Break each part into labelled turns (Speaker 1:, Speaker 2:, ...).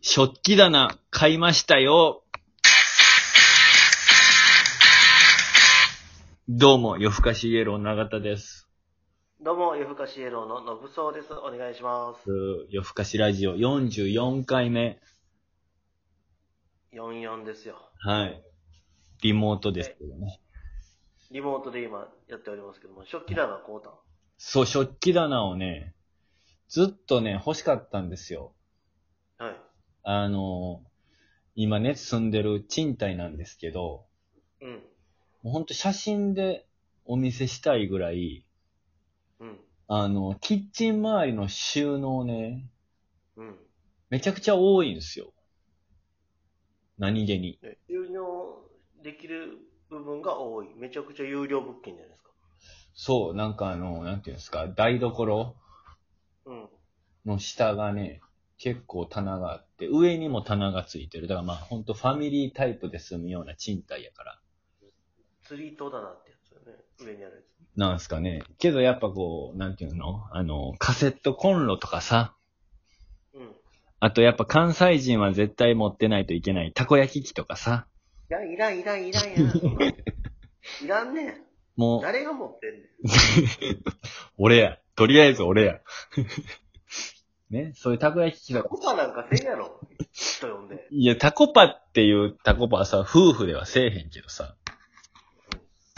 Speaker 1: 食器棚買いましたよ。どうも、夜更かしイエロー永田です。
Speaker 2: どうも、夜更かしイエローののぶそうです。お願いします。
Speaker 1: 夜更かしラジオ44回目。
Speaker 2: 44ですよ。
Speaker 1: はい。リモートですけどね。
Speaker 2: リモートで今やっておりますけども、食器棚こうたん。
Speaker 1: そう、食器棚をね、ずっとね、欲しかったんですよ。
Speaker 2: はい。
Speaker 1: あの、今ね、住んでる賃貸なんですけど、
Speaker 2: うん。
Speaker 1: もうほんと写真でお見せしたいぐらい、
Speaker 2: うん。
Speaker 1: あの、キッチン周りの収納ね、
Speaker 2: うん。
Speaker 1: めちゃくちゃ多いんですよ。何気に。
Speaker 2: え収納できる部分が多い。めちゃくちゃ有料物件じゃないですか。
Speaker 1: そう、なんかあの、なんていうんですか、台所
Speaker 2: うん。
Speaker 1: の下がね、結構棚があって、上にも棚がついてる。だからまあ、ほんとファミリータイプで住むような賃貸やから。
Speaker 2: 釣り戸棚ってやつよね。上にあるやつ。
Speaker 1: なんすかね。けどやっぱこう、なんていうのあの、カセットコンロとかさ、
Speaker 2: うん。
Speaker 1: あとやっぱ関西人は絶対持ってないといけないたこ焼き器とかさ、
Speaker 2: いや、いらん、いらん、いらん、いらん。そん なんいらんねん。
Speaker 1: もう、
Speaker 2: 誰が持ってんねん。
Speaker 1: 俺や。とりあえず俺や。 ね、そういうたこ焼き器とか
Speaker 2: コパなんかせんやろ。人呼んで。
Speaker 1: いや、タコパっていうタコパはさ、夫婦ではせえへんけどさ。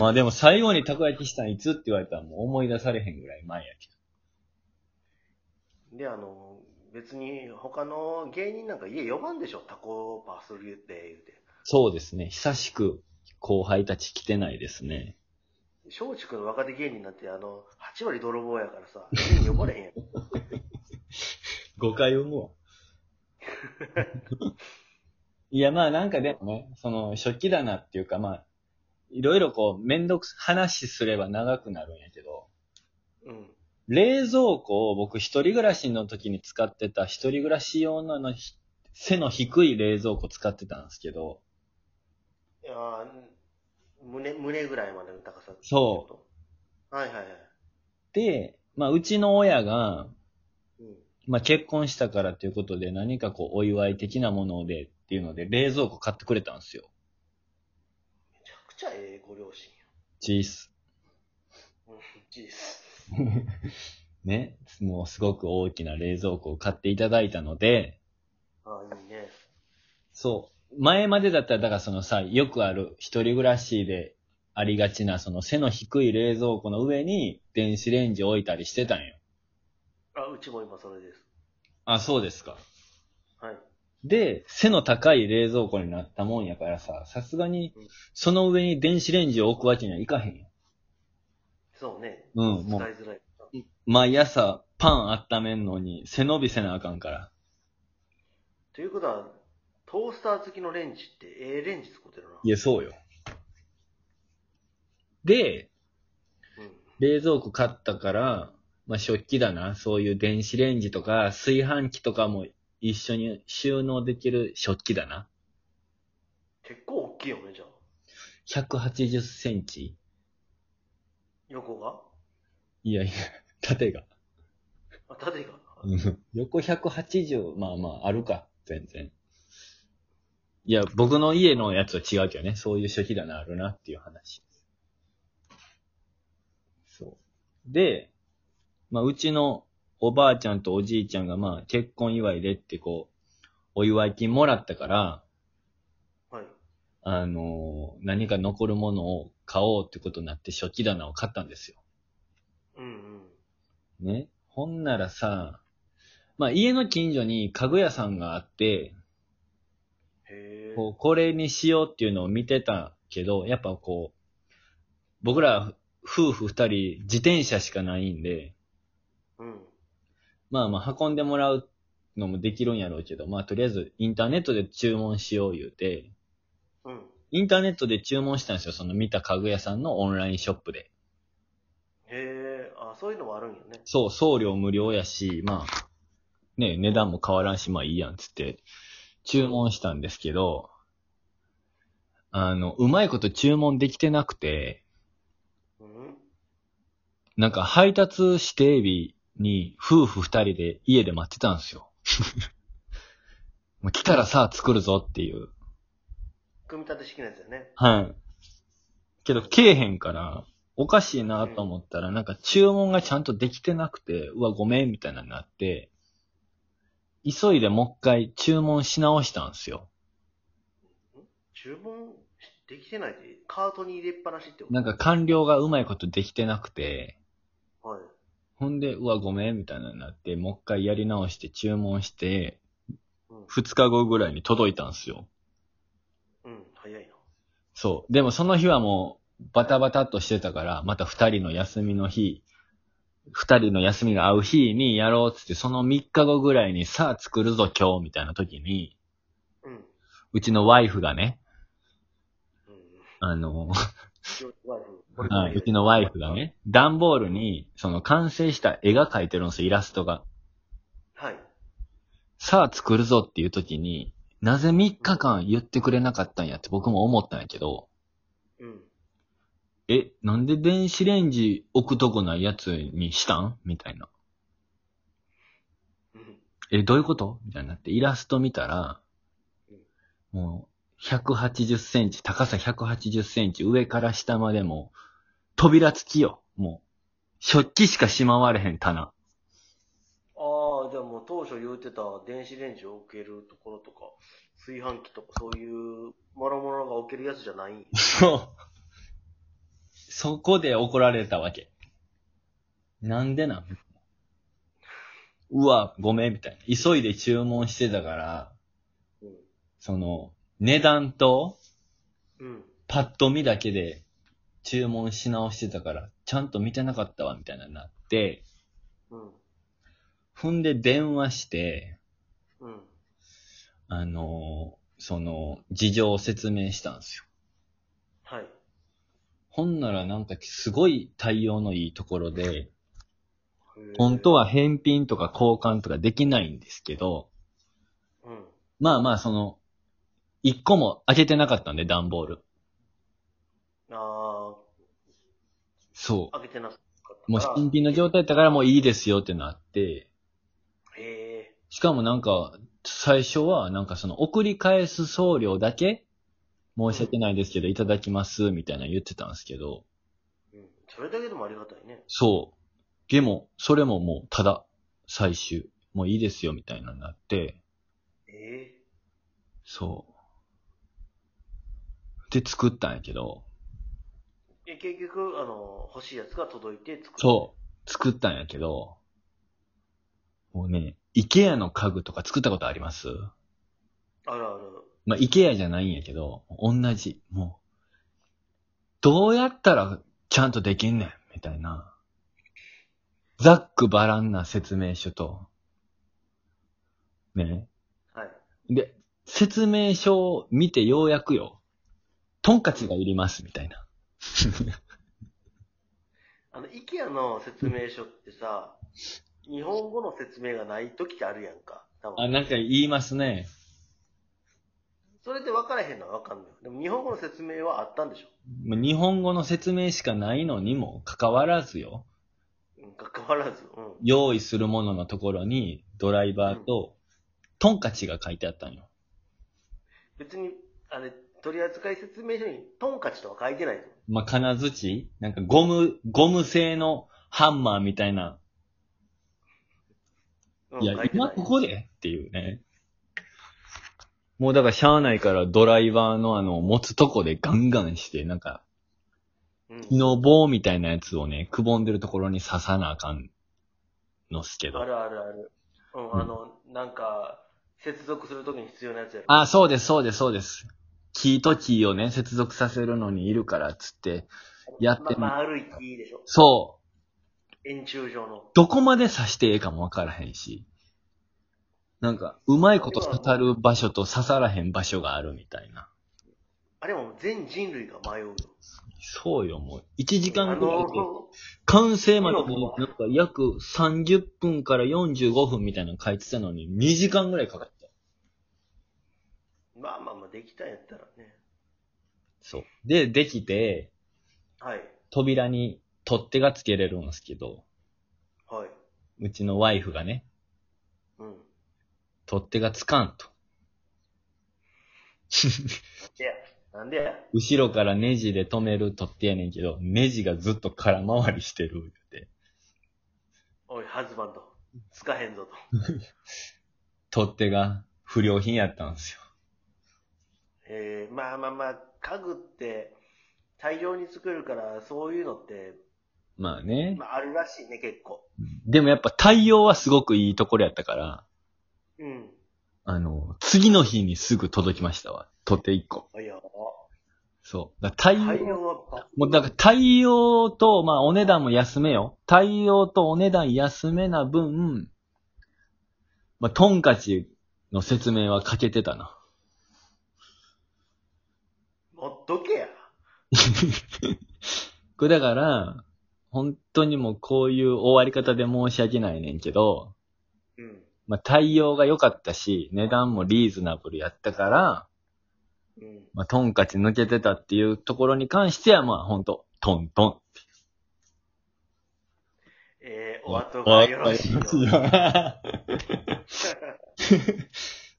Speaker 1: まあでも最後にたこ焼きしたんいつって言われたらもう思い出されへんぐらい前やけ
Speaker 2: で、あの、別に他の芸人なんか家呼ばんでしょ。タコパするって言うて。
Speaker 1: ど。そうですね。久しく後輩たち来てないですね。
Speaker 2: 松竹の若手芸人なんて、あの、8割泥棒やからさ、家に呼ばれへ んやん。
Speaker 1: 誤解をもう。いや、まあなんかでもね、その、食器棚っていうかまあ、いろいろこう、めんどくす、話すれば長くなるんやけど、
Speaker 2: うん。
Speaker 1: 冷蔵庫を僕一人暮らしの時に使ってた一人暮らし用のあのひ背の低い冷蔵庫使ってたんですけど、
Speaker 2: いやー胸、胸ぐらいまでの高さ。。
Speaker 1: そう
Speaker 2: はいはいはい。
Speaker 1: で、まあうちの親が、
Speaker 2: うん。
Speaker 1: まあ結婚したからということで何かこうお祝い的なものでっていうので冷蔵庫買ってくれたんですよ。
Speaker 2: めちゃくちゃええご両親
Speaker 1: チース。
Speaker 2: や。うん、ジ ース。
Speaker 1: ね。もうすごく大きな冷蔵庫を買っていただいたので、
Speaker 2: ああ、いいね。
Speaker 1: そう。前までだったら、だからそのさ、よくある、一人暮らしでありがちな、その背の低い冷蔵庫の上に電子レンジ置いたりしてたんよ。
Speaker 2: あ、うちも今それです。
Speaker 1: あ、そうですか。
Speaker 2: はい。
Speaker 1: で、背の高い冷蔵庫になったもんやからさ、さすがに
Speaker 2: うん、
Speaker 1: その上に電子レンジを置くわけにはいかへんよ。
Speaker 2: そうね。
Speaker 1: うん、も
Speaker 2: 使いづらい。
Speaker 1: う、毎朝パン温めんのに背伸びせなあかんから。
Speaker 2: ということは、トースター付きのレンジって、ええレンジ使ってるな。
Speaker 1: いや、そうよ。で、
Speaker 2: うん。
Speaker 1: 冷蔵庫買ったから、まあ、食器だな、そういう電子レンジとか、炊飯器とかも一緒に収納できる食器だな。
Speaker 2: 結構大きいよね、じゃあ。
Speaker 1: 180センチ
Speaker 2: 横が
Speaker 1: いやいや、 縦が。
Speaker 2: あ、縦が。
Speaker 1: 横180、まあまあ、あるか、全然。いや、僕の家のやつは違うけどね、そういう食器棚あるなっていう話。そう。で、まあ、うちのおばあちゃんとおじいちゃんが、まあ、結婚祝いでってこう、お祝い金もらったから、
Speaker 2: はい。
Speaker 1: あのー何か残るものを買おうってことになって食器棚を買ったんですよ。
Speaker 2: うんうん。
Speaker 1: ね。ほんならさ、まあ、家の近所に家具屋さんがあって、
Speaker 2: へえ。
Speaker 1: こう、これにしようっていうのを見てたけど、やっぱこう、僕ら夫婦二人自転車しかないんで、
Speaker 2: うん。
Speaker 1: まあまあ運んでもらうのもできるんやろうけど、まあとりあえずインターネットで注文しよう言うて、
Speaker 2: うん。
Speaker 1: インターネットで注文したんですよ、その見た家具屋さんのオンラインショップで。
Speaker 2: へえ、あ、そういうのもあるんよね。
Speaker 1: そう、送料無料やし、まあ、ね、値段も変わらんし、まあいいやんつって、注文したんですけど、あの、うまいこと注文できてなくて、
Speaker 2: うん。
Speaker 1: なんか配達指 定日に夫婦二人で家で待ってたんですよ。もう来たらさ、作るぞっていう。
Speaker 2: 組み立て式のやつだよね。
Speaker 1: はい。けど、けえへんから、おかしいなと思ったら、なんか注文がちゃんとできてなくて、うわ、ごめん、みたいなのになって、急いでもう一回注文し直したんですよ。
Speaker 2: 注文できてないで、カートに入れっぱなしってこと
Speaker 1: なんか完了がうまいことできてなくて、
Speaker 2: はい。
Speaker 1: ほんで、うわ、ごめん、みたいなのになって、もう一回やり直して注文して
Speaker 2: うん、
Speaker 1: 二日後ぐらいに届いたんですよ。
Speaker 2: うん、早いな。
Speaker 1: そう。でもその日はもう、バタバタっとしてたから、また二人の休みの日、二人の休みが合う日にやろうっつって、その三日後ぐらいに、さあ作るぞ今日みたいな時に、
Speaker 2: うん。うん。
Speaker 1: うちのワイフがね、あの、
Speaker 2: ワイフ
Speaker 1: はい、うちのワイフが。ね、段ボールに、その完成した絵が描いてるんですよ、イラストが。
Speaker 2: はい。
Speaker 1: さあ作るぞっていう時に、なぜ三日間言ってくれなかったんやって僕も思ったんやけど、
Speaker 2: うん。
Speaker 1: え、なんで電子レンジ置くとこないやつにしたんみたいな。
Speaker 2: うん。
Speaker 1: え、どういうことみたいになって、イラスト見たら
Speaker 2: うん、
Speaker 1: もう、180センチ、高さ180センチ、上から下までもう、扉付きよ。もう、食器しかしまわれへん棚。
Speaker 2: ああ、じゃあもう当初言うてた電子レンジを置けるところとか、炊飯器とかそういう諸々が置けるやつじゃないんや。
Speaker 1: そこで怒られたわけ。なんでなんうわ、ごめん、みたいな。急いで注文してたから、
Speaker 2: うん。
Speaker 1: その、値段と、
Speaker 2: うん。
Speaker 1: パッと見だけで注文し直してたから、ちゃんと見てなかったわ、みたいなのになって、
Speaker 2: うん。
Speaker 1: ほんで電話して、
Speaker 2: うん。
Speaker 1: あのーその、事情を説明したんですよ。
Speaker 2: はい。
Speaker 1: ほんならなんかすごい対応のいいところで、本当
Speaker 2: は。
Speaker 1: は返品とか交換とかできないんですけど、
Speaker 2: うん。
Speaker 1: まあまあその、一個も開けてなかったんで、段ボール。
Speaker 2: あ
Speaker 1: そ
Speaker 2: あ、開けてなかったから。
Speaker 1: う。もう新品の状態だったからもういいですよってなって、
Speaker 2: へえ。
Speaker 1: しかもなんか、最初は、なんかその、送り返す送料だけ、申し訳ないですけど、いただきます、みたいなの言ってたんですけど、
Speaker 2: うん。それだけでもありがたいね。
Speaker 1: そう。でも、それももう、ただ、最終、もういいですよ、みたいなのになって、
Speaker 2: ええ。
Speaker 1: そう。で、作ったんやけど、
Speaker 2: え、結局、あの、欲しいやつが届いて作る。
Speaker 1: そう、作ったんやけど、もうね、イケアの家具とか作ったことあります
Speaker 2: あるある。
Speaker 1: まあ、イケアじゃないんやけど、同じ、もう、どうやったらちゃんとできんねん、みたいな。ざっくばらんな説明書と、ね。
Speaker 2: はい。
Speaker 1: で、説明書を見てようやくよ、トンカチがいります、みたいな。
Speaker 2: あの、IKEA の説明書ってさ、日本語の説明がない時ってあるやんか。多
Speaker 1: あ、
Speaker 2: 分。
Speaker 1: なんか言いますね。
Speaker 2: それで分からへんのは分かんない。でも日本語の説明はあったんでしょ
Speaker 1: もう日本語の説明しかないのにもかかわらずよ、
Speaker 2: うん、関わらず。うん。
Speaker 1: 用意するもののところにドライバーとトンカチが書いてあったんよ。
Speaker 2: 別に、あれ、取扱説明書にトンカチとは書いてないぞ。
Speaker 1: まあ、金槌なんかゴム、ゴム製のハンマーみたいな。
Speaker 2: うん、
Speaker 1: いや
Speaker 2: 書い、て
Speaker 1: 今
Speaker 2: ない。
Speaker 1: ここでっていうね。もうだからしゃあないからドライバーのあの、持つとこでガンガンして、なんか、
Speaker 2: うん
Speaker 1: 木の棒みたいなやつをね、くぼんでるところに刺さなあかんのっすけ
Speaker 2: あ
Speaker 1: ど。
Speaker 2: るあるある。うん、あの、なんか、接続するときに必要なやつやろ。
Speaker 1: あ、そうです、そうです、そうです。キーとキーをね、接続させるのにいるからっつって、やってみ
Speaker 2: ま、丸い木でしょ
Speaker 1: そう。
Speaker 2: 円柱状の。
Speaker 1: どこまで刺してええかもわからへんし。なんか、うまいこと刺さる場所と刺さらへん場所があるみたいな。
Speaker 2: あれも全人類が迷うよ。
Speaker 1: そうよ、もう。1時間ぐらい
Speaker 2: あ
Speaker 1: で、
Speaker 2: の
Speaker 1: 完成までになんか約30分から45分みたいなの書いてたのに、2時間ぐらいかかった。
Speaker 2: まあまあまあ、できたんやったらね。
Speaker 1: そう。で、できて、
Speaker 2: はい。
Speaker 1: 扉に取っ手がつけれるんですけど、
Speaker 2: はい。
Speaker 1: うちのワイフがね、
Speaker 2: うん。
Speaker 1: 取っ手がつかんと。
Speaker 2: なんでや。なんでや。
Speaker 1: 後ろからネジで止める取ってやねんけど、ネジがずっと空回りしてるって。
Speaker 2: おい、ハズバンド。つかへんぞと。
Speaker 1: 取っ手が不良品やったんですよ。
Speaker 2: えー、まあまあまあ、家具って大量に作るから、そういうのって、
Speaker 1: まあね。
Speaker 2: まああるらしいね、結構。
Speaker 1: でもやっぱ対応はすごくいいところやったから、
Speaker 2: うん。
Speaker 1: あの、次の日にすぐ届きましたわ。取っ手1個。
Speaker 2: あいや、
Speaker 1: そう。だから対応、
Speaker 2: 大量はば
Speaker 1: もうだから対応と、まあお値段も安めよ。対応とお値段安めな分、まあトンカチの説明は欠けてたな。
Speaker 2: 持っとけや。
Speaker 1: これだから、本当にもうこういう終わり方で申し訳ないねんけど、
Speaker 2: うん。
Speaker 1: まあ対応が良かったし、値段もリーズナブルやったから、
Speaker 2: うん。
Speaker 1: まあトンカチ抜けてたっていうところに関しては、まあ本当トントン。
Speaker 2: えー、お後がよろしいよ。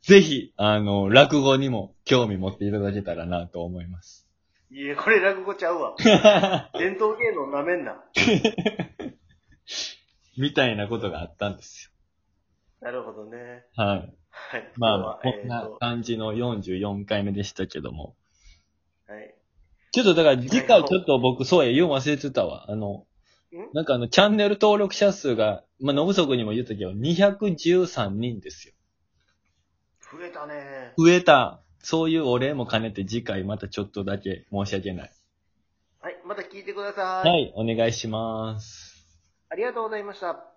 Speaker 1: ぜひ、あの、落語にも興味持っていただけたらなと思います。
Speaker 2: いや、これ落語ちゃう わ。伝統芸能なめんな。
Speaker 1: みたいなことがあったんです
Speaker 2: なるほどね。
Speaker 1: よ。はい。
Speaker 2: はい。
Speaker 1: まあ まあ、
Speaker 2: 今日は
Speaker 1: こんな
Speaker 2: と
Speaker 1: 感じの44回目でしたけども。
Speaker 2: はい。
Speaker 1: ちょっとだから次回ちょっと僕、そうや、言うの忘れてたわ。あの、
Speaker 2: ん
Speaker 1: なんかあの、チャンネル登録者数が、まあ、ノブソクにも言ったけど、213人ですよ。
Speaker 2: 増えたね。
Speaker 1: 増えた。そういうお礼も兼ねて次回またちょっとだけ申し訳ない。
Speaker 2: はい。また聞いてください。
Speaker 1: はい、お願いします。
Speaker 2: ありがとうございました。